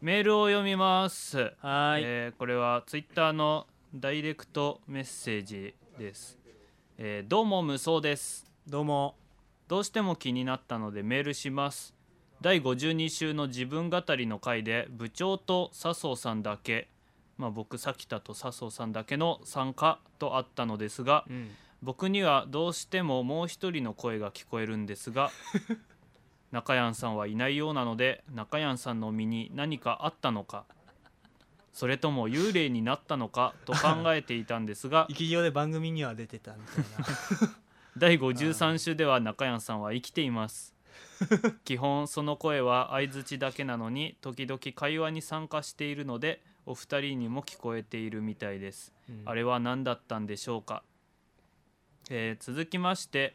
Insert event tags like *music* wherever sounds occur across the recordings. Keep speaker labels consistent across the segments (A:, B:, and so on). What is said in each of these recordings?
A: メールを読みます
B: はーい、
A: えーこれはツイッターのダイレクトメッセージです、えーどうも無双です
B: どうも
A: どうしても気になったのでメールします第52週の自分語りの回で部長と笹生さんだけまあ僕佐田と笹生さんだけの参加とあったのですが
B: うん
A: 僕にはどうしてももう一人の声が聞こえるんですが中山さんはいないようなので中山さんの身に何かあったのかそれとも幽霊になったのかと考えていたんですが
B: *laughs* 生き量で番組には出てたみたいな
A: *laughs* 第53週では中山さんは生きています基本その声は相づちだけなのに時々会話に参加しているのでお二人にも聞こえているみたいです
B: うん
A: あれは何だったんでしょうか、えー続きまして、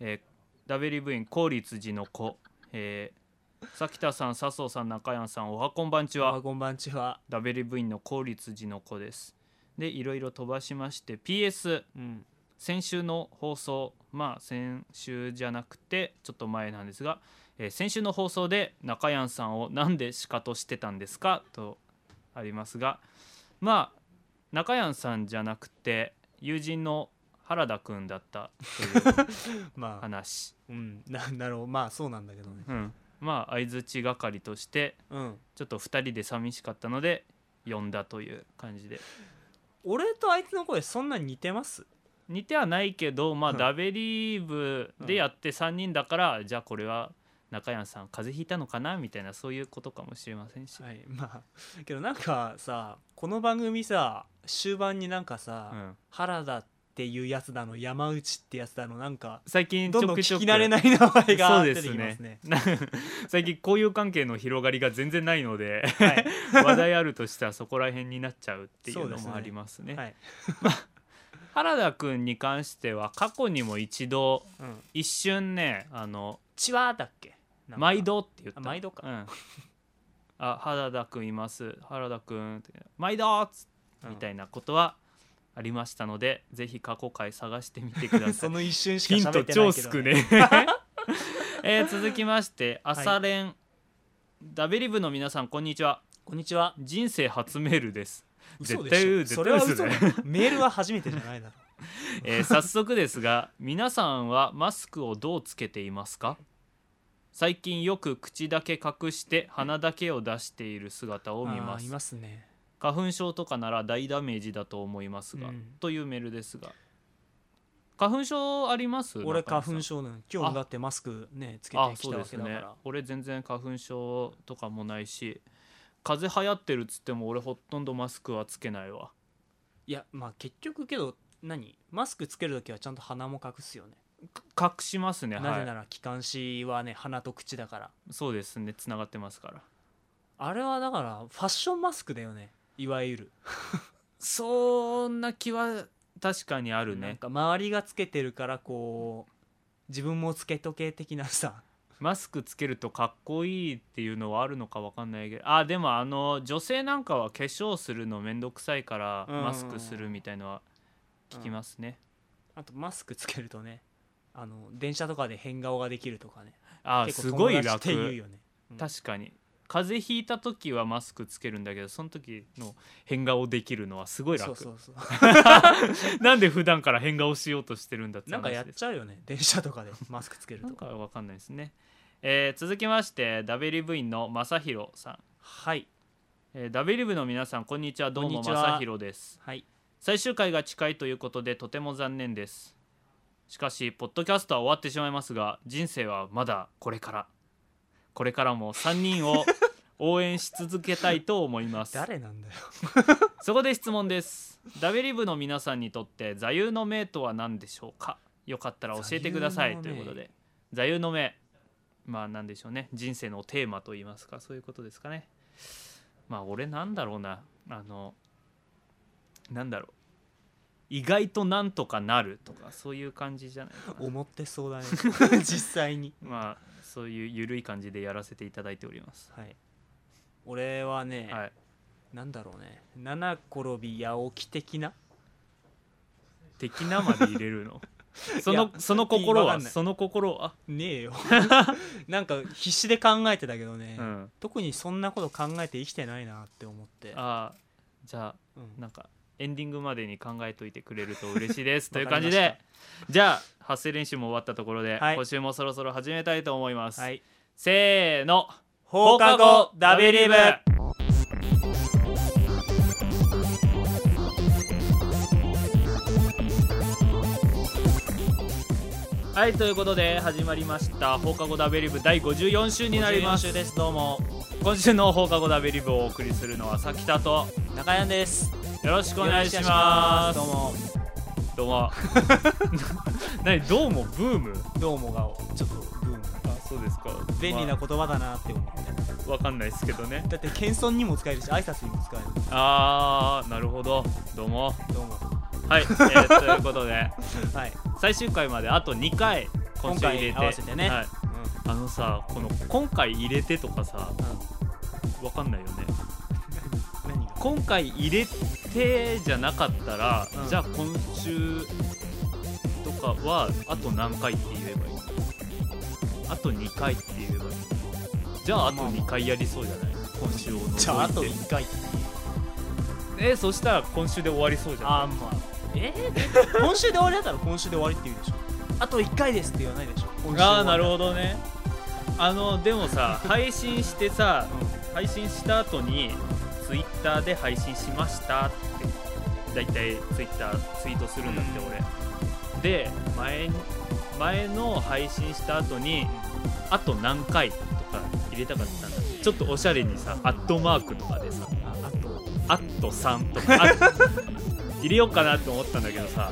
A: えー、ダベリ部員効率寺の子、えー、崎田さん笹生さん中山さんおはこんばんち
B: あ
A: は
B: こんばんちは
A: ダベリ部員の効率寺の子ですでいろいろ飛ばしまして PS
B: うん
A: 先週の放送まあ先週じゃなくてちょっと前なんですが、えー先週の放送で中山さんをなんで鹿としてたんですかとありますがまあ中山さんじゃなくて友人の原田くんだったという
B: まあ
A: 話、
B: うんな *laughs* なるほどまあそうなんだけどね
A: うん、まあ相づち係として
B: うん
A: ちょっと2人で寂しかったので呼んだという感じで
B: 俺とあいつの声そんなに似てます
A: 似てはないけどまあ
B: うん
A: ダベリーブでやって3人だから、じゃあこれは中山さん風邪ひいたのかなみたいなそういうことかもしれませんし、
B: はいまあけどなんかさこの番組さ終盤になんかさ、
A: うん、
B: 原田っていうやつだの山内ってやつだのなんか
A: 最近ち
B: どん
A: ょ
B: どん
A: くち
B: 聞
A: ょく
B: き慣れない名前が
A: そうで
B: 出て
A: す
B: きます
A: ね *laughs*
B: ね
A: 最近交友関係の広がりが全然ないので
B: はい
A: 話題あるとしたらそこら辺になっちゃうっていうのもあり *laughs* ますね
B: はい、
A: 原田君に関しては過去にも一度
B: うん、
A: 一瞬ねあの
B: チワだっけなんか
A: 毎度って言った
B: あ毎度か
A: うん、あ原田君います原田君って毎度っつって
B: うん
A: みたいなことはありましたので、ぜひ過去回探してみてくださ
B: *laughs* そ
A: い。
B: の一瞬しか
A: ヒン
B: 喋
A: ト
B: ってな
A: 超
B: いけど、
A: 少ね。 *laughs*
B: *laughs*
A: えー続きまして朝練、ダベリブの皆さんこんにちは
B: こんにちは
A: 人生初メールです、
B: 嘘
A: 絶対
B: でしょ
A: 絶対
B: それは嘘
A: 嘘
B: だ
A: だ
B: よメールは初めてじゃないだろ *laughs*
A: えー早速ですが皆さんはマスクをどうつけていますか最近よく口だけ隠して鼻だけを出している姿を見ま
B: あ
A: す
B: ーいますね
A: 花粉症とかなら大ダメージだと思いますが、
B: うん
A: というメールですが花粉症あります
B: 俺
A: 中
B: 花
A: 西さん
B: 粉症なの今日もだってマスクねつけ
A: あ
B: てき
A: そう
B: た
A: で
B: わ
A: す
B: けだか
A: ね
B: ら
A: 俺全然花粉症とかもないし風邪流行ってるっつっても俺ほとんどマスクはつけないわ
B: いやまあ結局けど何マスクつけるときはちゃんと鼻も隠すよね、
A: 隠しますね
B: なぜ
A: は
B: なら気管支はね鼻と口だから
A: いそうですねつながってますから
B: あれはだからファッションマスクだよねいわゆる
A: そんな気は確かにある
B: なん
A: ね
B: か周りがつけてるからこう自分もつけとけ的なさ
A: マスクつけるとかっこいいっていうのはあるのかわかんないけどあでもあの女性なんかは化粧するのめんどくさいから
B: うん
A: マスクするみたいのは聞きますね、
B: あとマスクつけるとねあの電車とかで変顔ができるとかね
A: あーすごい
B: 友達っ
A: 楽
B: て言うよねうん
A: 確かに風邪ひいた時はマスクつけるんだけどその時の変顔できるのはすごい
B: そう
A: 楽
B: そう *laughs* そう
A: なんで普段から変顔しようとしてるんだって
B: なんかやっ
A: 話です
B: ちゃうよね電車とかで *laughs* マスクつける
A: なん
B: と
A: かわかんないですね、えー続きましてダベリ部員の正弘さん、
B: はい
A: えー、ダベリ部の皆さんこんにちはどう
B: こん
A: も
B: にちは
A: 正弘です *laughs*
B: はい
A: 最終回が近いということでとても残念ですしかしポッドキャストは終わってしまいますが人生はまだこれからこれからも3人を応援し続けたいと思い
B: *laughs*
A: ます
B: 誰なんだよ
A: そこで質問ですダベリブの皆さんにとって座右の銘とは何でしょうかよかったら教えてください
B: 座
A: と
B: 右
A: い
B: の
A: うこと
B: 銘
A: で座右の銘まあ何でしょうね人生のテーマと言いますかそういうことですかねまあ俺なんだろうなあのなんだろう意外となんとかなるとかそういう感じじゃないかな
B: 思ってそ
A: *laughs*
B: うだね実際に
A: まあそういうゆるい感じでやらせていただいております
B: はい俺はね、
A: はい
B: なんだろうね七転び八起き的な *laughs*
A: 的なまで入れるのそのその心
B: わか
A: は
B: んない
A: その心は
B: ねえ
A: *laughs*
B: よ *laughs* なんか必死で考えてたけどね、
A: あ、うん、
B: 特にそんなこと考えて生きてないなって思って、
A: あーじゃあ
B: うん
A: なんかエンディングまでに考えといてくれると嬉しいですという
B: *laughs* わか
A: 感
B: り
A: じ
B: ました
A: でじゃあ発声練習も終わったところで、
B: はい
A: 今週もそろそろ始めたいと思います、
B: はい
A: せーの
B: 放課後ダビリブ
A: はいということで始まりました放課後ダベリブ第54週になります
B: 54週ですどうも
A: 今週の放課後ダベリブをお送りするのはさきたと
B: 中山です
A: よろしくお願いします
B: よろしくお願いします
A: どう
B: *laughs*
A: も何どうもブーム
B: どうもどうもがちょっとブーム
A: あそうですか
B: 便利な言葉だなって思って
A: まあわかんないですけどね
B: だって謙遜にも使えるし挨拶にも使える
A: あーなるほどどうも
B: どうも *laughs*
A: はい、えーということで
B: はい、
A: 最終回まであと2回今週入れて
B: 今回合わせてね
A: はい、あのさこの「今回入れて」とかさわかんないよね
B: うんうん、何が
A: 今回入れてじゃなかったら、
B: うん
A: じゃあ今週とかはあと何回って言えばいいのあと2回って言えばいいのじゃああと2回やりそうじゃない今週を除いて
B: じゃああと1回 *laughs*
A: えそしたら今週で終わりそうじゃない
B: あんまあえー、今週で終わりだったら今週で終わりって言うでしょあと1回ですって言わないでしょ
A: ああなる
B: ど、
A: ほどねあのでもさ配信してさ配信した後にツイッターで配信しましたってだいたいツイッターツイートするんだって俺、で前前の配信した後にあと何回とか入れたかったんだちょっとおしゃれにさアットマークとかでさ
B: うん、ああと
A: アット3とかあ入れようかなって思ったんだけどさ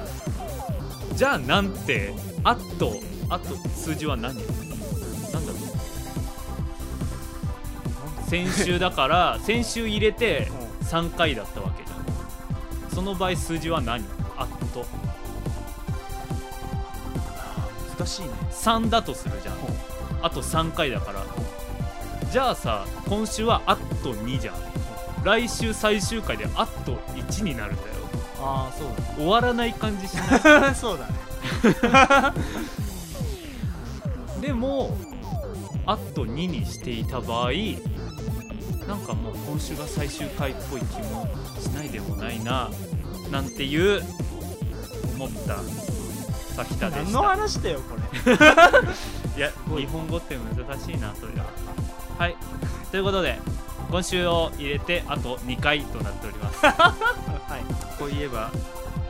A: じゃあなんてアットあと数字は何なんだろう先週だから先週入れて3回だったわけじゃんその場合数字は何アット
B: 難しいね
A: 3だとするじゃんあと3回だからじゃあさ今週はアット2じゃん来週最終回でアット1になるんだよ
B: ああそう
A: 終わらない感じしない *laughs*
B: だね *laughs* そうだね
A: でもあと2にしていた場合なんかもう今週が最終回っぽい気もしないでもないななんていう思ったさきたで
B: 何
A: し
B: の
A: た
B: 話だよ *laughs* これ
A: いや日本語って難しいなそれははいということで今週を入れてあと2回となっております
B: *laughs* はい
A: こう言えば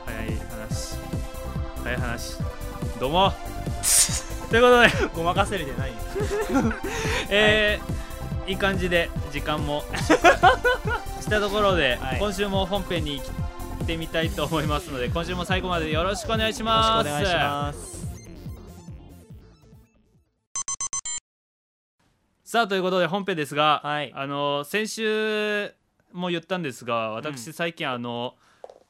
A: 早い話早い話どう
B: *laughs*
A: もということで
B: ごまかせるでないよ
A: えーい、い感じで時間もしたところで、
B: *laughs* はい
A: 今週も本編に行ってみたいと思いますので今週も最後までよろしくお願いし
B: よろしく
A: ま
B: お
A: す
B: 願いします
A: さあということで本編ですが、
B: はい
A: あの先週も言ったんですが私最近あの、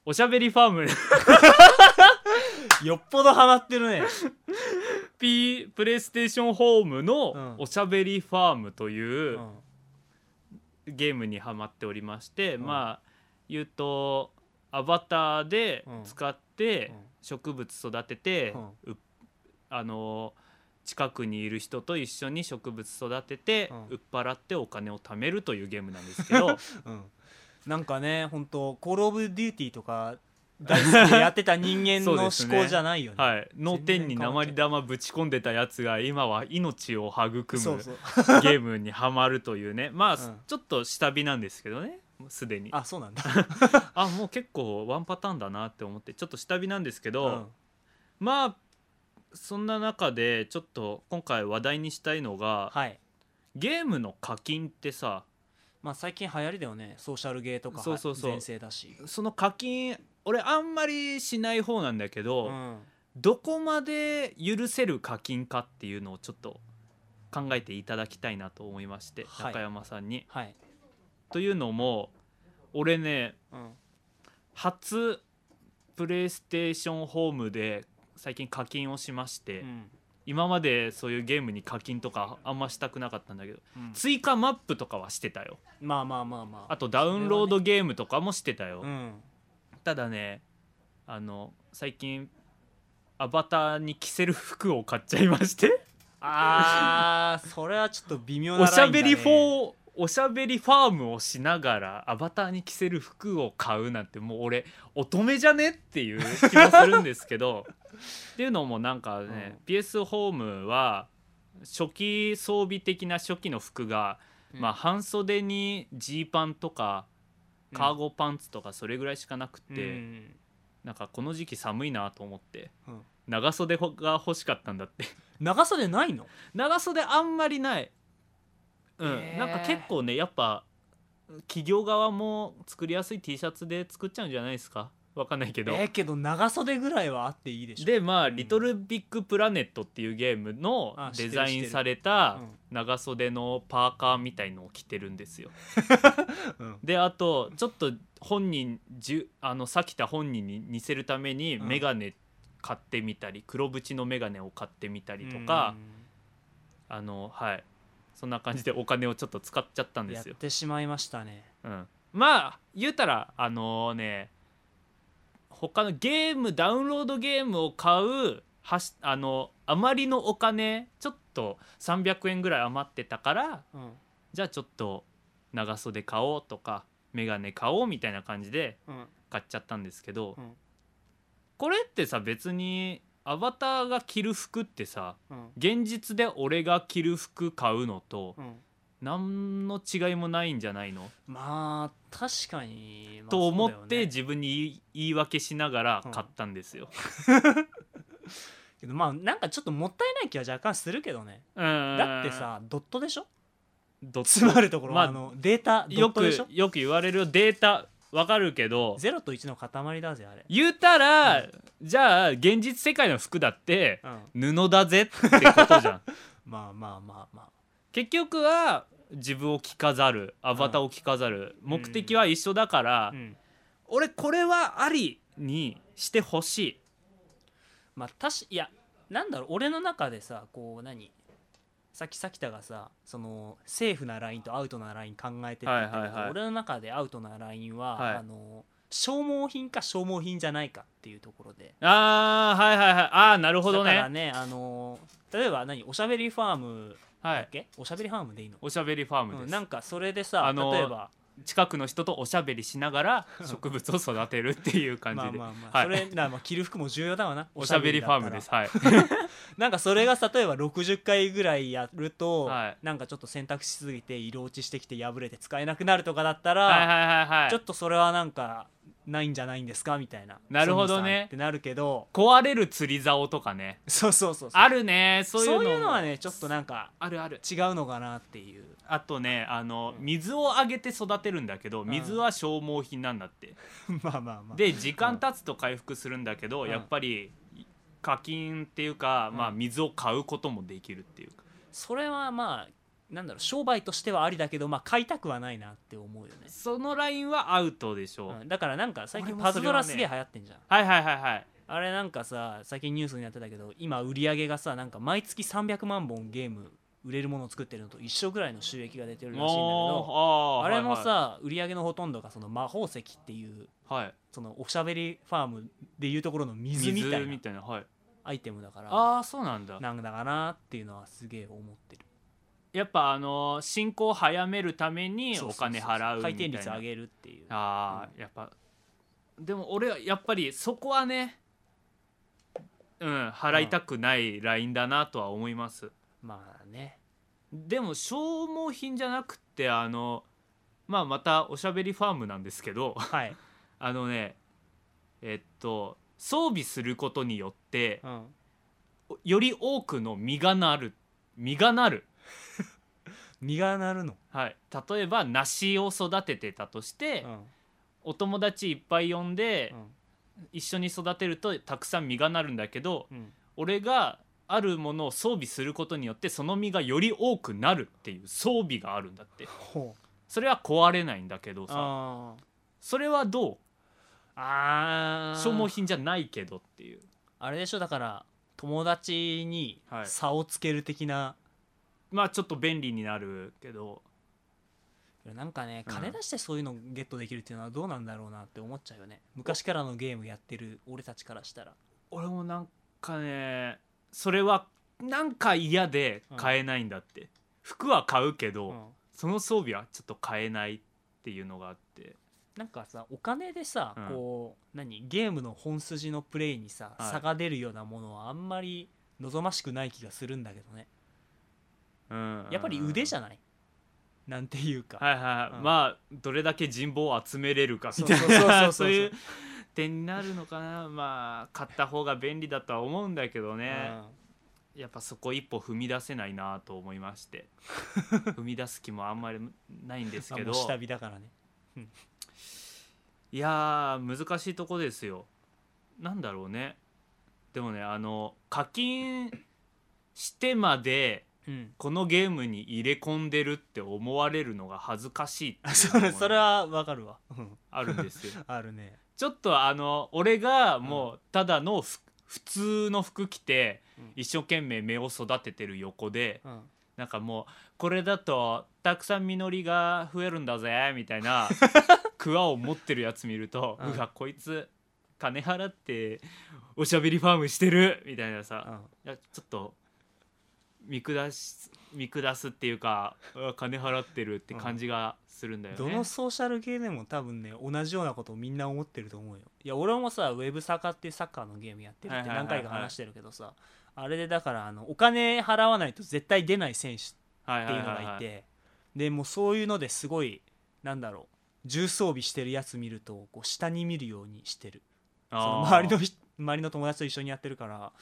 A: おしゃべりファーム *laughs*
B: よっぽどハマってるね
A: P プレイステーションホーム
B: う
A: の
B: ん
A: おしゃべりファームという
B: う、ん
A: ゲームにハマっておりまして、
B: ん
A: まあ言うとアバターで使って
B: うん
A: 植物育てて、うあの近くにいる人と一緒に植物育てて、
B: うん
A: 売っ払ってお金を貯めるというゲームなんですけ
B: *laughs*
A: ど
B: うん、なんかね本当コール・オブ・デューティーとか大好きでやってた人間
A: *laughs*
B: の
A: そう
B: 思
A: ですね
B: 考じゃないよね
A: はい脳天に
B: 全然変わっち
A: 鉛
B: ゃう
A: 玉ぶち込んでたやつが今は命を育
B: そ
A: む
B: うそう
A: ゲームにはまるというねまあ、
B: うん
A: ちょっと下火なんですけどねもうすでにあ
B: あそうなんだ、
A: もう結構ワンパターンだなって思ってちょっと下火なんですけ
B: う
A: ど、
B: ん
A: まあそんな中でちょっと今回話題にしたいのが、
B: はい
A: ゲームの課金ってさ
B: まあ最近流行りだよねソーシャルゲーとか
A: そうそうそう
B: 全盛だし
A: その課金俺あんまりしない方なんだけど、
B: うん
A: どこまで許せる課金かっていうのをちょっと考えていただきたいなと思いまして、
B: はい
A: 中山さんに。
B: はい、
A: というのも俺ね
B: うん、
A: 初プレイステーションホームで最近課金をしまして、
B: うん
A: 今までそういうゲームに課金とかあんましたくなかったんだけど
B: うん
A: 追加マップとかはしてたよ
B: まあまあまあまあ
A: あとダウンロードゲームとかもしてたよ、
B: うん
A: ただねあの最近アバターに着せる服を買っちゃいまして
B: あーそれはちょっと微妙な
A: おしゃ
B: ラインだ、ね、
A: べりフォーおしゃべりファームをしながらアバターに着せる服を買うなんてもう俺乙女じゃねっていう気もするんですけど *laughs* っていうのもなんかね、PS ホームは初期装備的な初期の服が、
B: うん
A: まあ、半袖にジーパンとかカーゴパンツとかそれぐらいしかなく
B: う
A: て、
B: ん
A: なんかこの時期寒いなと思って
B: うん
A: 長袖が欲しかったんだって *laughs*
B: 長袖ないの
A: 長袖あんまりないうん、
B: へー
A: なんか結構ねやっぱ企業側も作りやすい T シャツで作っちゃうんじゃないですかわかんないけど、
B: えー、けど長袖ぐらいはあっていいでしょ
A: でまあ「
B: ん
A: リトルビッグプラネット」っていうゲームの
B: あ知って
A: デ
B: る
A: ザインされた長袖のパーカーみたいのを着てるんですよ
B: うん
A: であとちょっと本人じゅあのさきた本人に似せるために
B: うん
A: メガネ買ってみたり、黒縁のメガネを買ってみたりとか、あのはいそんな感じでお金をちょっと使っちゃったん
B: うん
A: で
B: やっ
A: すよ、
B: てしまいましたね
A: うん、まあ言うたらあのね他のゲームダウンロードゲームを買うはしあのあまりのお金ちょっと300円ぐらい余ってたから
B: うん
A: じゃあちょっと長袖買おうとかメガネ買おうみたいな感じで
B: うん
A: 買っちゃったんですけど、
B: うん
A: これってさ別にアバターが着る服ってさ
B: うん
A: 現実で俺が着る服買うのと
B: うん
A: 何の違いもないんじゃないの、
B: まあ確かに、まあ
A: と思っ
B: そうだ
A: て、
B: よね
A: 自分に言い言い訳しながら
B: うん
A: 買ったんですよ。
B: けどまあなんかちょっともったいない気は若干するけどね
A: うん
B: だってさドットでしょ
A: どっち
B: 詰まるところ、
A: まあ
B: あ、のデータド
A: よ
B: ット
A: く
B: でしょ
A: よく言われるデータわかるけど
B: ゼロと1の塊だぜあれ、
A: 言うたら、
B: う
A: じゃあ現実世界の服だって
B: うん、
A: 布だぜってことじゃん。
B: まあまあまあま
A: 結局は自分を着飾るアバターを着飾る、
B: ん
A: 目的は一緒だから、
B: あ、うん、
A: 俺これはありにしてほしい
B: まあ確かいやなんだろう俺の中でさこう何さっきさきたがさそのセーフなラインとアウトなライン考えてたんだけど、
A: はいはいはい
B: 俺の中でアウトなラインは、
A: はい
B: あの消耗品か消耗品じゃないかっていうところで
A: あーはいはいはいああなるほど
B: だから
A: ね
B: ねあの例えば何おしゃべりファーム
A: は
B: だっ
A: い
B: け、おしゃべりファームでいいの
A: おしゃべりファームです、
B: うん、なんかそれでさ、
A: あの
B: 例えば
A: 近くの人とおしゃべりしながら植物を育てるっていう感じ
B: ま
A: *laughs*
B: あ
A: で、
B: まあまあ、
A: はい
B: それなまあ着る服も重要だわな
A: *laughs* おしゃべりファームですはい
B: なんかそれが例えば60回ぐらいやると、
A: はい
B: なんかちょっと選択しすぎて色落ちしてきて破れて使えなくなるとかだったら、
A: はいはいはい *laughs* はい
B: ちょっとそれはなんかないんじゃないんですかみたいな
A: なるほどね
B: ソニーさんってなるけど *laughs*
A: 壊れる釣り竿とかね
B: そうそうそうそう
A: あるねそういうの
B: そういうのは
A: ね
B: ねちょっとなんか
A: あるある
B: 違うのかなっ
A: *laughs*
B: ていう
A: あとねあの水をあげて育てるんだけど
B: ん
A: 水は消耗品なんだって、
B: まあまあまあ
A: で時間経つと回復するんだけど、
B: うん
A: やっぱり課金っていうか、
B: うん
A: まあ水を買うこともできるっていうか
B: それはまあなんだろう商売としてはありだけどまあ買いたくはないなって思うよね、
A: そのラインはアウトでしょう、
B: うん、だからなんか最近
A: 俺も
B: パズドラ
A: そ
B: す
A: れはね
B: げえ流行ってんじゃん
A: はいはいはいはい
B: あれなんかさ最近ニュースになってたけど今売り上げがさなんか毎月300万本ゲーム売れるものを作ってるのと一緒ぐらいの収益が出てるらしいんだけど
A: おーー
B: あれも
A: は
B: さ売り上げのほとんどがその魔法石っていう
A: いはい、はい
B: そのおしゃべりファームでいうところの水みたいな
A: はい
B: アイテムだから
A: ああそうなんだ
B: なんだかなっていうのはすげえ思ってる
A: やっぱあのー進行を早めるためにお金払うみたいな
B: 回転率上げるっていう
A: あーやっぱでも俺はやっぱりそこはねうん払いたくないラインだなとは思います、
B: まあね
A: でも消耗品じゃなくってあのまあまたおしゃべりファームなんですけど *laughs*
B: はい、
A: あのねえっと装備することによって
B: うん、
A: より多くの実がなる実がなる
B: 実がなるの、
A: はい例えば梨を育ててたとして、
B: うん
A: お友達いっぱい呼んで
B: う、ん
A: 一緒に育てるとたくさん実がなるんだけど
B: うん、
A: 俺があるものを装備することによってその実がより多くなるっていう装備があるんだって
B: ほう
A: それは壊れないんだけどさ
B: あー
A: それはどう
B: あー
A: 消耗品じゃないけどっていう
B: あれでしょだから友達に
A: はい
B: 差をつける的な、
A: まあちょっと便利になるけど
B: なんかね
A: うん
B: 金出してそういうのゲットできるっていうのはどうなんだろうなって思っちゃうよね昔からのゲームやってる俺たちからしたら
A: 俺もなんかねそれはなんか嫌で買えないんだって、服は買うけど、
B: うん
A: その装備はちょっと買えないっていうのがあって
B: なんかさお金でさ、
A: うん
B: こう何ゲームの本筋のプレイにさ、
A: はい
B: 差が出るようなものはあんまり望ましくない気がするんだけどね
A: うん
B: やっぱり腕じ
A: ゃ
B: ゃない、なんていうか、
A: はいはいはい、
B: うん
A: まあどれだけ人望を集めれ *laughs* るかみ
B: そう
A: たいな
B: そ
A: そう
B: そうそうそう
A: ういう点になるのかなまあ買った方が便利だとは思うんだけどね、やっぱそこ一歩踏み出せないなと思いまして
B: *laughs*
A: 踏み出す気もあんまりないんです
B: うん
A: け
B: まあも
A: ど
B: う下火だからね
A: いやー難しいとこですよなんだろうねでもねあの課金してまで
B: うん
A: このゲームに入れ込んでるって思われるのが恥ずかしいってい
B: そう
A: の
B: れ
A: も
B: *laughs* それはわかるわうん
A: あるんですよ
B: あるね、
A: ちょっとあの俺がもうただのふ普通の服着て
B: うん
A: 一生懸命目を育ててる横で
B: うん
A: なんかもうこれだとたくさん実りが増えるんだぜみたい
B: *laughs*
A: なクワを持ってるやつ見ると、
B: う
A: うんわこいつ金払っておしゃべりファームしてるみたいなさ、いやちょっと見下す見下すっていうかうわ金払ってるって感じがするんだよね。
B: どのソーシャル系でも多分ね同じようなことをみんな思ってると思うよいや俺もさウェブサカっていうサッカーのゲームやってるって
A: はいはい
B: 何
A: はいはい
B: 回か話してるけどさ、あれでだからあのお金払わないと絶対出ない選手
A: は
B: っていうのがいて、
A: はは
B: でもうそういうのですごいなんだろう重装備してるやつ見るとこう下に見るようにしてるその
A: あー
B: 周りのひ周りの友達と一緒にやってるから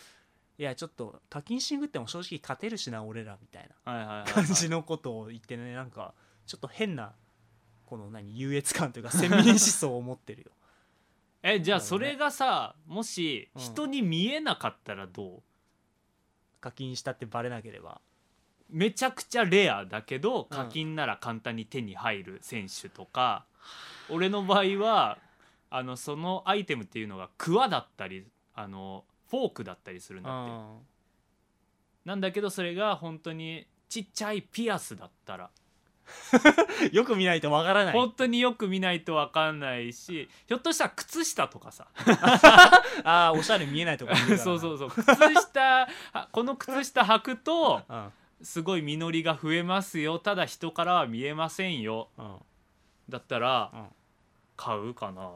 B: いやちょっと課金しにくっても正直勝てるしな俺らみたいな
A: はいはいはいはい
B: 感じのことを言ってねなんかちょっと変なこの何優越感というか先民思想を持って *laughs* るよ
A: えじゃあ
B: そ
A: そ
B: うだね
A: れがさもし
B: うん
A: 人に見えなかったらどう、
B: 課金したってバレなければ
A: めちゃくちゃレアだけど
B: うん
A: 課金なら簡単に手に入る選手とか、俺の場合はあのそのアイテムっていうのがクワだったりあのフォークだったりするんだってなんだけどそれが本当にちっちゃいピアスだったら、
B: *laughs* よく見ないとわからない
A: 本当によく見ないと分かんないしひょっとしたら靴下とかさ
B: ああおしゃれ見えないとこ
A: *laughs*
B: ろ、
A: そうそうう *laughs* そう靴下あこの靴下履くと
B: うん
A: すごい実りが増えますよただ人からは見えませんよ
B: うん、
A: だったら、
B: うん
A: 買うかな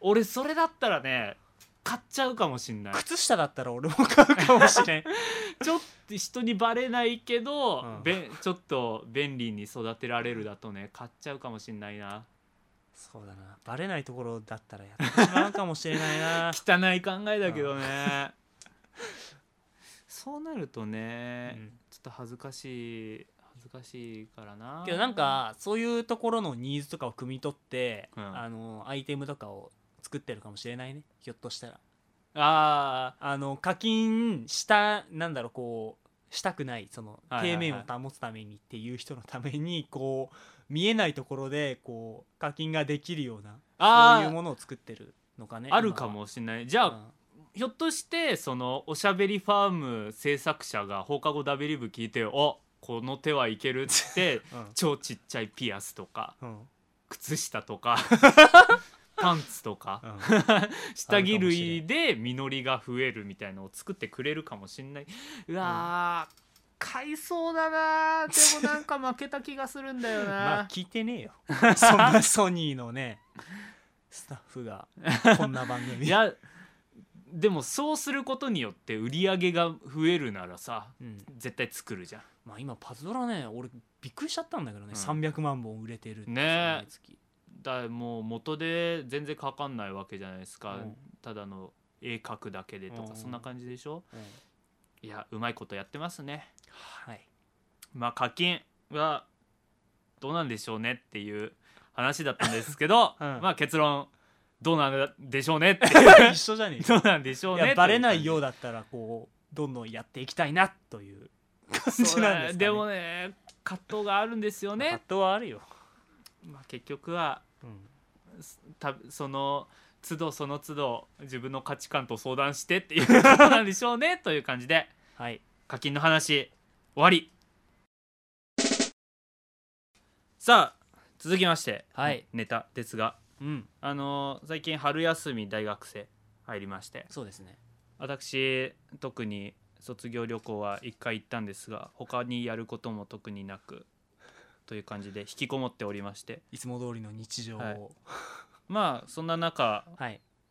A: 俺それだったらね買っちゃうかもしんない
B: 靴下だったら俺も買うかもしれん
A: *laughs* ちょっと人にバレないけど、
B: うん
A: べちょっと便利に育てられるだとね買っちゃうかもしんないな
B: そうだなバレないところだったらやってしまうかもしれないな
A: 汚い考えだけどねそうなるとね、
B: うん
A: ちょっと恥ずかしい恥ずかしいからな
B: *laughs* けどなんかそういうところのニーズとかを汲み取って、
A: うん
B: あのアイテムとかを作ってるかもしれないねひょっとしたら
A: あ
B: あの課金したなんだろうこうしたくないその
A: はいはい
B: 平
A: はい
B: 面を保つためにっていう人のためにこう見えないところでこう課金ができるような
A: ーあ
B: そういう
A: ー
B: ものを作ってるのかね
A: あるかもしんないじゃあ、
B: 今は
A: ひょっとしてそのおしゃべりファーム制作者が放課後ダベリブ聞いて「あこの手はいける」っつって
B: *laughs*
A: 超ちっちゃいピアスとか
B: うんうんうん
A: 靴下と
B: *laughs*
A: かパンツとか
B: うん
A: 下着類で実りが増えるみたいのを作ってくれるかもしんないうわー、買いそうだなーでもなんか負けた気がするんだよ
B: *laughs* まあ
A: な、
B: 聞いてねえ
A: *laughs*
B: よそんなソニーのねスタッフがこんな番
A: *laughs*
B: 組
A: いやでもそうすることによって売り上げが増えるならさ
B: うん
A: 絶対作るじゃん
B: まあ、今パズドラね俺びっくりしちゃったんだけどね、
A: うん
B: 300万本売れてるって
A: ねえ
B: 毎月
A: だもう元で全然かかんないわけじゃないですか、
B: うん
A: ただの絵描くだけでと
B: う
A: か
B: ん
A: そんな感じでしょ、
B: うん
A: いやうまいことやってますね
B: はい
A: まあ課金はどうなんでしょうねっていう話だったんですけど、
B: *laughs* うん
A: まあ結論どうなんでしょうねって *laughs*
B: *laughs* 一緒じゃねえ
A: ど
B: よ
A: うなんでしょうね
B: い
A: って
B: や
A: う
B: バレないようだったらこうどんどんやっていきたいなという感
A: そう
B: じなんですか、ね、
A: でもね葛藤があるんですよ
B: 葛
A: ね、
B: 藤はあるよ、
A: まあ、結局は
B: うん
A: たその都度その都度自分の価値観と相談してっていうことなんでしょうねという感じで
B: はい
A: 課金の話終わりさあ続きまして、
B: はい
A: ネタですが
B: うん
A: あのー最近春休み大学生入りまして
B: そうですね
A: 私特に卒業旅行は1回行ったんですが他にやることも特になくという感じで引きこもっておりまして
B: いつも通りの日常を
A: は
B: はいい、
A: まあそんな中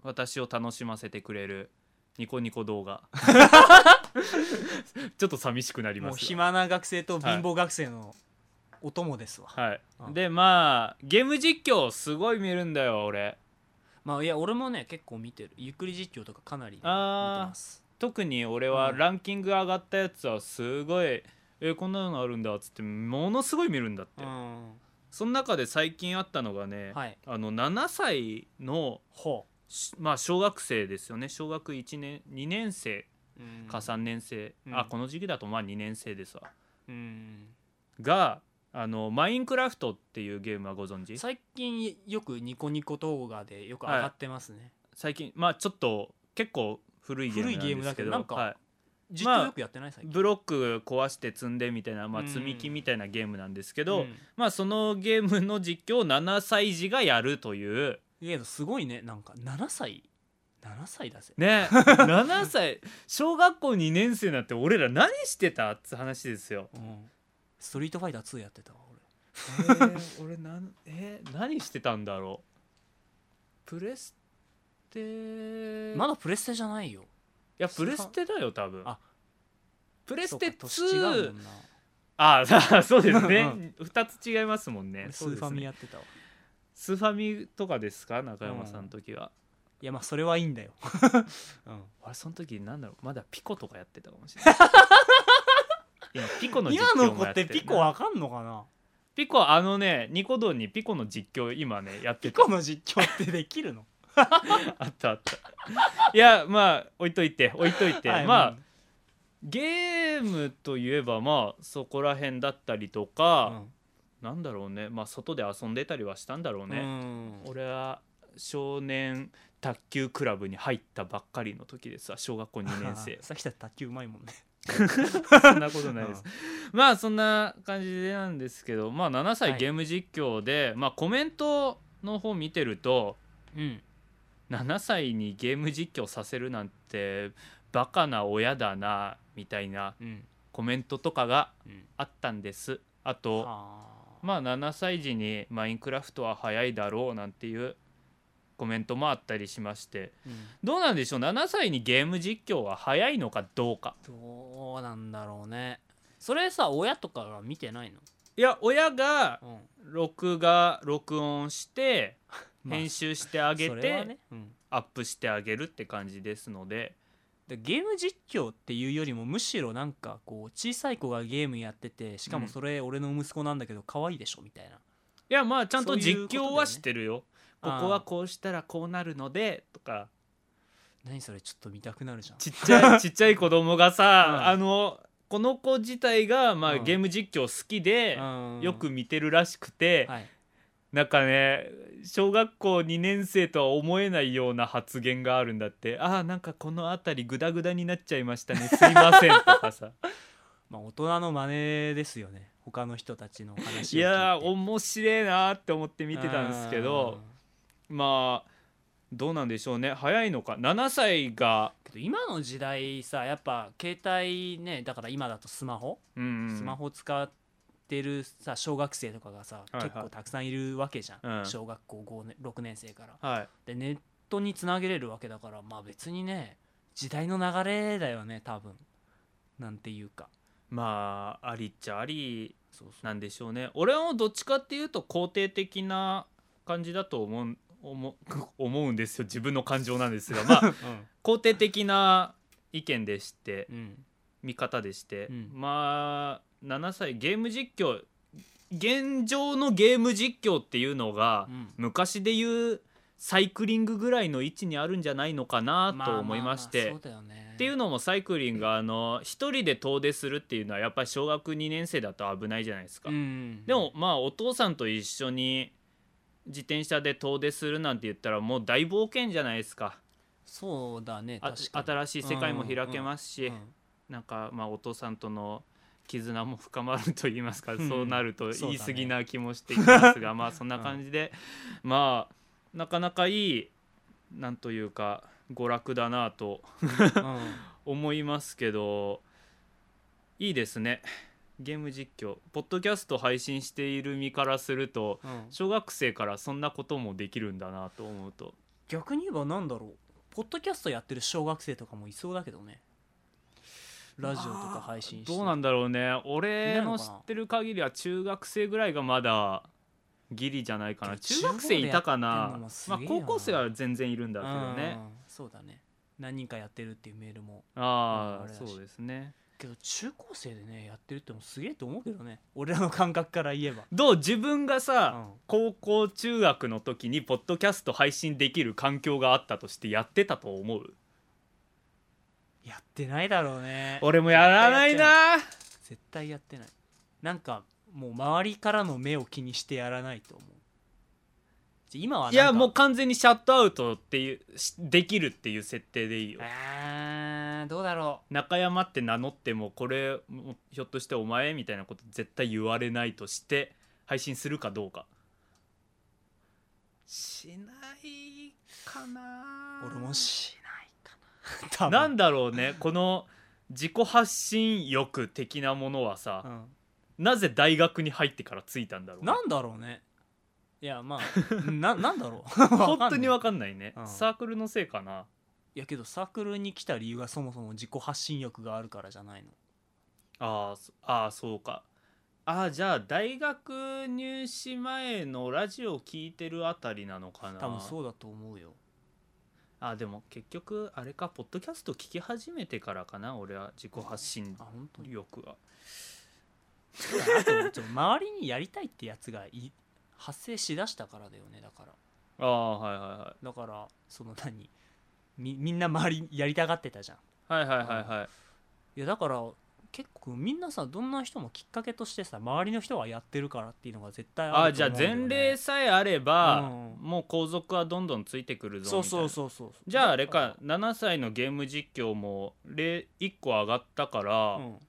A: 私を楽しませてくれるニコニコ動画 *laughs* ちょっと寂しくなります
B: もう
A: が
B: 暇な学生と貧乏学生のお供ですわ、
A: はい
B: うん
A: でまあゲーム実況すごい見るんだよ俺
B: まあいや俺もね結構見てるゆっくり実況とかかなりね、見て
A: あー
B: ます
A: 特に俺は
B: うん
A: ランキング上がったやつはすごい、えこんなのあるんだっつってものすごい見るんだって、
B: うん
A: その中で最近あったのがね、
B: はい
A: あの7歳の
B: ほ
A: しまあ小学生ですよね小学1年2年生
B: う、うん
A: か3年生、
B: うん
A: あこの時期だとまあ2年生ですわ
B: うん
A: があのマインクラフトっていうゲームはご存知
B: 最近よくニコニコ動画でよく上がってますね、
A: 最近まあちょっと結構古いゲームなんですけど
B: 古いゲームだけどなんか
A: はい
B: 実況よくやってない最近、
A: ブロック壊して積んでみたいな、ま
B: う
A: あ、
B: ん
A: 積み木みたいなゲームなんですけど、
B: うん
A: まあそのゲームの実況を7歳児がやるという
B: いやけどすごいねなんか7歳7歳だぜ
A: *laughs* ね7歳小学校2年生なんて俺ら何してたって話ですよ。
B: うんストリートファイター2やってたわ俺
A: 俺なんえー何してたんだろうプレステ
B: まだプレステじゃないよ
A: いやプレステだよ多分
B: あ
A: プ
B: プ
A: レステ
B: 年違う
A: 2
B: もんな
A: あ *laughs* あそうです
B: う
A: ね2つ違いますもんね
B: 俺ス
A: そう
B: ー
A: です
B: ファミ
A: ね
B: やってたわ
A: スーファミとかですか中山さんの時は、
B: いやまあそれはいいんだよ、 *laughs*
A: 俺その時なんだろうまだピコとかやってたかもしれ
B: *laughs*
A: ない今ピコの実
B: 今
A: 況
B: の
A: も
B: 子
A: やっ
B: ってて
A: るな
B: ピコわかんのかな
A: ピコあのねニコ動にピコの実況今ねやって
B: ピ
A: た
B: コの実況ってできるの
A: *laughs* あったあったいやまあ置いといて置いといて、
B: はい
A: まあ、ゲームといえばまあそこら辺だったりと
B: うん
A: か、なんだろうねまあ外で遊んでたりはしたんだろう
B: う
A: ね、
B: ん
A: 俺は少年卓球クラブに入ったばっかりの時ですわ小学校2年生
B: さっきだって卓球うまいもんね
A: *laughs* そんなことないです、まあそんな感じでなんですけどまあ7
B: は
A: 歳
B: い
A: ゲーム実況で、まあコメントの方見てると
B: うん
A: 7歳にゲーム実況させるなんてバカな親だなみたいな
B: うん
A: コメントとかが
B: うん
A: あったんですあと
B: あー
A: まあ7歳児にマインクラフトは早いだろうなんていうコメントもあったりしまして
B: うん
A: どうなんでしょう7歳にゲーム実況は早いのかどうか
B: どうなんだろうねそれさ親とかが見てないの、
A: いや親が
B: うん
A: 録画録音 *laughs* して
B: まあ
A: 編集してあげ
B: それは
A: て
B: ねうん、
A: アップしてあげるって感じですので
B: でゲーム実況っていうよりもむしろなんかこう小さい子がゲームやっててしか
A: う
B: も
A: ん
B: それ俺の息子なんだけど可愛いでしょみたいな、
A: いやまあちゃんと
B: そういう
A: 実
B: ことだ
A: 況
B: よね
A: はしてるよこ
B: あー
A: こはこうしたらこうなるのでとか
B: 何それちょっと見たくなるじゃん
A: *laughs* ちっちゃいちっちゃい子供が *laughs* さ、
B: うん
A: あのこの子自体がまあ
B: うん
A: ゲーム実況好きで、
B: う
A: *laughs*
B: ん
A: よく見てるらしくて、
B: はい
A: なんかね小学校2年生とは思えないような発言があるんだってああなんかこの辺りグダグダになっちゃいま
B: *laughs*
A: したねすいませんとかさ
B: まあ大人の真似ですよね他の人たちの話を聞いて
A: いやー面白えなーって思って見てたんですけどまあどうなんでしょうね早いのか7歳が、
B: うんけど今の時代さやっぱ携帯ねだから今だとスマホ、
A: うんうん
B: スマホ使ってるさ小学生とかがさ、
A: はいはい
B: 結構たくさんいるわけじゃん、
A: うん
B: 小学校5年6年生から
A: はい
B: でネットにつなげれるわけだからまあ別にね時代の流れだよね多分なんていうか
A: まあありっちゃあり
B: そうそう
A: なんでしょうね俺はもうどっちかっていうと肯定的な感じだと思う思う *laughs* 思うんですよ自分の感情なんですが
B: *laughs*
A: まあ肯定的な意見でして
B: うん、うん、
A: 見方でして、
B: うん
A: まあ7歳ゲーム実況現状のゲーム実況っていうのが、
B: うん
A: 昔で言うサイクリングぐらいの位置にあるんじゃないのかなと思いまして。
B: あああそうだよね
A: っていう
B: の
A: のもサイクリングあの一人で遠出するっていうのはやっぱり小学2年生だと危ないじゃないですか、
B: ん
A: でもまあお父さんと一緒に自転車で遠出するなんて言ったらもう大冒険じゃないですか
B: そうだね
A: あ
B: 確かに
A: 新しい世界も開けますし、
B: うん
A: なんかまあお父さんとの絆も深まると言いますか、
B: うん
A: そうなると
B: そ
A: 言
B: うだね
A: い過ぎな気もしています
B: *laughs*
A: が、まあそんな感じで、まあなかなかいいなんというか娯楽だなと思いますけどいいですねゲーム実況ポッドキャスト配信している身からすると
B: うん *laughs* うん
A: 小学生からそんなこともできるんだなと思うと
B: 逆に言えばなんだろうポッドキャストやってる小学生とかもいそうだけどねラジオとか配信して
A: どうなんだろうね俺
B: いないの
A: の
B: か
A: 知
B: な
A: ってる限りは中学生ぐらいがまだギリじゃないかな中学生いたか
B: 中
A: な
B: 学でやってんのもす
A: まあ
B: げえよな
A: 高校生は全然いるんだけどね
B: うんそうだね何人かやってるっていうメールも
A: あ
B: うんあ
A: あ
B: れだし
A: そうですね
B: けど中高生でねやってるってもすげえと思うけどね俺らの感覚から言えば
A: どう自分が
B: う
A: さ
B: ん
A: 高校中学の時にポッドキャスト配信できる環境があったとしてやってたと思う
B: やってないだろうね
A: 俺もやらないな
B: 絶対やってないなんかもう周りからの目を気にしてやらないと思うじゃ今はなん
A: い
B: か
A: やもう完全にシャットアウトっていうしできるっていう設定でいいよ
B: あーどうだろ
A: 中山って名乗ってもこれもひょっとしてお前みたいなこと絶対言われないとして配信するかどうかしないかな
B: う俺もしないかな *laughs* 多分
A: なんだろうねこの自己発信欲的なものは
B: う
A: さ、
B: ん
A: なぜ大学に入ってからついたんだろうね
B: なんだろうねいやま *laughs* あななんだろうわか
A: 本
B: んな
A: 当
B: い
A: に分かんないね、
B: うん
A: サークルのせいかない
B: やけどサークルに来た理由がそもそも自己発信欲があるからじゃないの
A: あーそあーそうかあーじゃあ大学入試前のラジオ聞いてるあたりなのかな
B: 多分そうだと思うよ
A: あでも結局あれかポッドキャスト聞き始めてからかな俺は自己発信
B: あ本当に
A: 欲が
B: あとちょっと周りにやりたいってやつがい発生しだしたからだよねだから
A: ああはいは
B: だからその何みみんな周りやりたがってたじゃん
A: いはいはいはいはいはい
B: いやだから結構みんなさどんな人もきっかけとしてさ周りの人がやってるからっていうのが絶対
A: あ
B: あ
A: あ
B: る
A: じ
B: と
A: ゃあ
B: 思うんだよ、ね、
A: 前例さえあれば、
B: うん
A: もう後続はどんどんついてくるぞみたい
B: そう
A: な
B: そうそうそう
A: じゃああれか7歳のゲーム実況も1個上がったから、
B: うん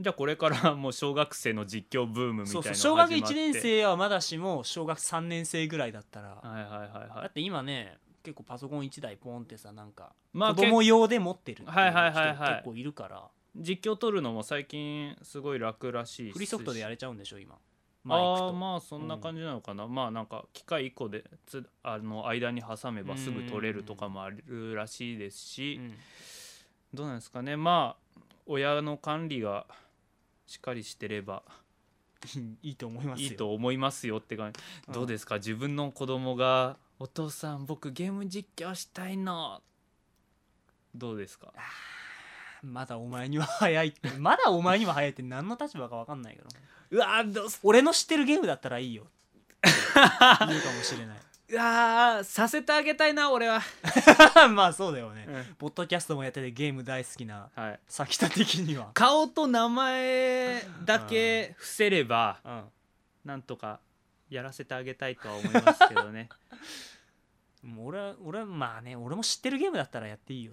A: じゃあこれからもう小学生の実況ブームみたい
B: そ
A: な
B: う
A: の
B: そう
A: 始まっ
B: 小
A: て
B: 学1年生はまだしも小学3年生ぐらいだったら、
A: はいはいはいは
B: だ
A: い
B: って今ね結構パソコン1台ポンってさなんか
A: まあ
B: 子供用で持ってるっていう人
A: はいはいはいはい
B: 結構いるから、
A: 実況撮るのも最近すごい楽らしいし
B: フリーソフトでやれちゃうんでしょ今
A: あ
B: マイク
A: ー
B: と、
A: まあそんな感じなのかな、まあなんか機械1個でつあの間に挟めばすぐ取れるとかもあるらしいですし、
B: うん
A: どうなんですかねまあ親の管理がしっかりしてれば
B: いいと思いますよ
A: いいと思いますよって感じ、
B: うん
A: どうですか自分の子供が「お父さん僕ゲーム実況したいの」どうですか
B: まだお前には早い *laughs* ってまだお前には早いって何の立場か分かんないけど
A: うわーどうす
B: 俺の知ってるゲームだったら *laughs* いいよ言うかもしれな
A: うわーさせてあげたいな俺は、
B: い *laughs* まあそうだよね、
A: うん
B: ポッドキャストもやっててゲーム大好きな
A: はい
B: 先田的には、
A: 顔と名前だけ伏せれば
B: うん、
A: なんとかやらせてあげたいとは思いますけど
B: *laughs*
A: ね
B: もう俺は俺はまあね俺も知ってるゲームだったらやっていいよ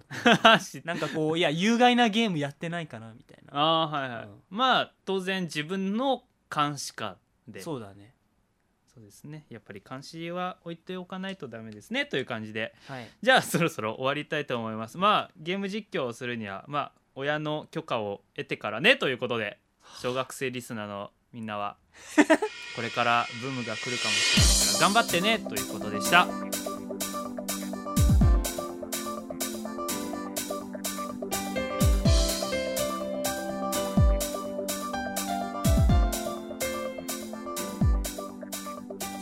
A: し
B: なんかこういや有害なゲームやってないかなみたいな
A: あーはいはい、
B: うん
A: まあ当然自分の監視下で
B: そうだね
A: そうですねやっぱり監視は置いておかないとダメですねという感じで
B: はい
A: *laughs* じゃあそろそろ終わりたいと思いますまあゲーム実況をするにはまあ親の許可を得てからねということで小学生リスナーのみんなはこれからブームが来るかもしれないから頑張ってねということでした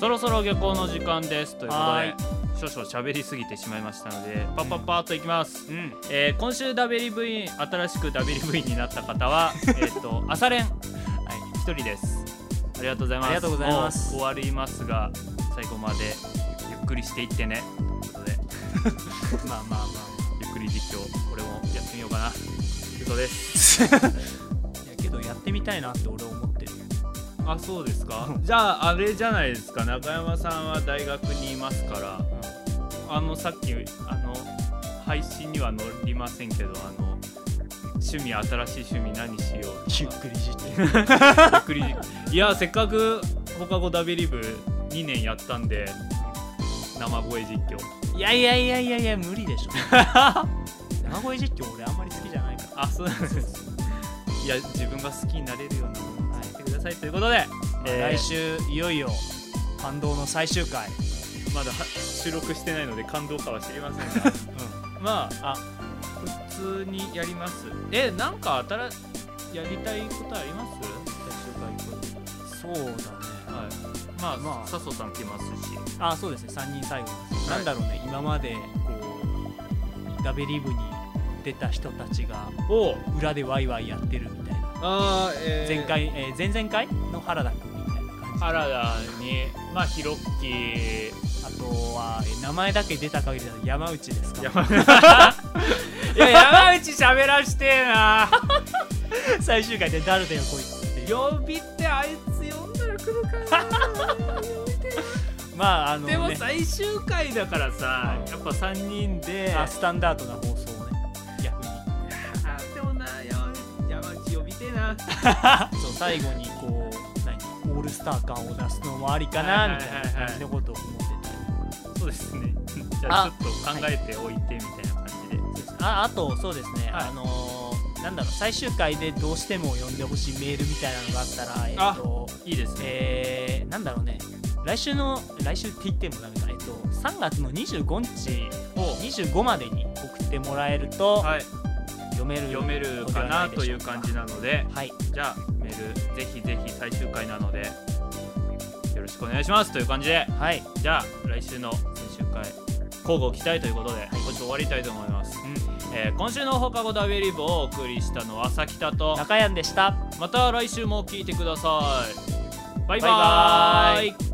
A: そろそろ下校の時間ですということ
B: は
A: で
B: い
A: 少々喋りすぎてしまいましたのでパッパッパーっといきます、
B: うん
A: えー今週ダベリ部員新しくダベリ部員になった方
B: *laughs*
A: はえっと朝練一人ですありがとうございます
B: ありがとうございます
A: もう終わりますが最後までゆっくりしていってねということで
B: まあまあま
A: ゆっくり実況これもやってみようかな嘘です
B: *laughs* あいやけどやってみたいなって俺思ってるよ
A: あそうですかじゃああれじゃないですか中山さんは大学にいますからあのさっきあの配信には載りませんけどあの趣味新しい趣味何しよう
B: ゆ
A: と
B: っ
A: か
B: くりして
A: ゆっくり *laughs* いやせっかく放課後ダビリブ2年やったんで生声実況
B: いやいやいやいやいや無理で *laughs* しょ山越え実況俺あんまり好きじゃないから
A: あそうなんですいや自分が好きになれるようなものを作ってくださいということで、
B: まあ
A: えー
B: 来週いよいよ感動の最終回、
A: まだは収録してないので感動かは知りませんがまああ普通にやりますえなんか新しやりたいことあります最終回
B: そうだね
A: はいまあ、
B: まあ
A: 笹生さん来ますし
B: あそうですね3人最後です、
A: はい
B: なんだろうね今までこうダベリブに出た人たちが
A: おう
B: 裏でワイワイやってるみたいな、
A: あー、えー
B: 前回、えー前々回の原田君みたいな感じ
A: 原田にまあヒロッキー
B: あとは、えー名前だけ出た限りだと山内ですか
A: 山 *laughs* いや山内喋らしてえな
B: *laughs* 最終回で誰だよこいつっていう
A: 呼びってあいつ呼んだら来るから *laughs* な
B: まああの、ね、
A: でも最終回だからさやっぱ3人で
B: あスタンダードな放送をね逆に
A: あでもな山山内呼びてえな
B: そう最後にこう何オールスター感を出すのもありか
A: はい
B: な
A: はい
B: み
A: はいはい
B: たいな感じのことを思ってたり
A: そうですねじゃあ
B: あ
A: ちょっと考えておいてみたいな感じで
B: ああとそうですね、
A: はい
B: あのーなんだろう最終回でどうしても読んでほしいメールみたいなのがあったらえっ、と
A: いいですね
B: えー、なんだろうね来週の来週って言ってもダメかえっと3月の25日
A: を
B: 25までに送ってもらえると、
A: はい
B: 読める
A: 読めるかなという感じなので
B: はい
A: じゃあメールぜひぜひ最終回なのでよろしくお願いしますという感じで
B: はい
A: じゃあ来週の最終回交互期待ということで今週終わりたいと思います、えー今週の放課後ダベリブをお送りしたのはさきたと
B: 中山でした
A: また来週も聞いてくださいバイバ
B: バイバ
A: ー
B: ー
A: イ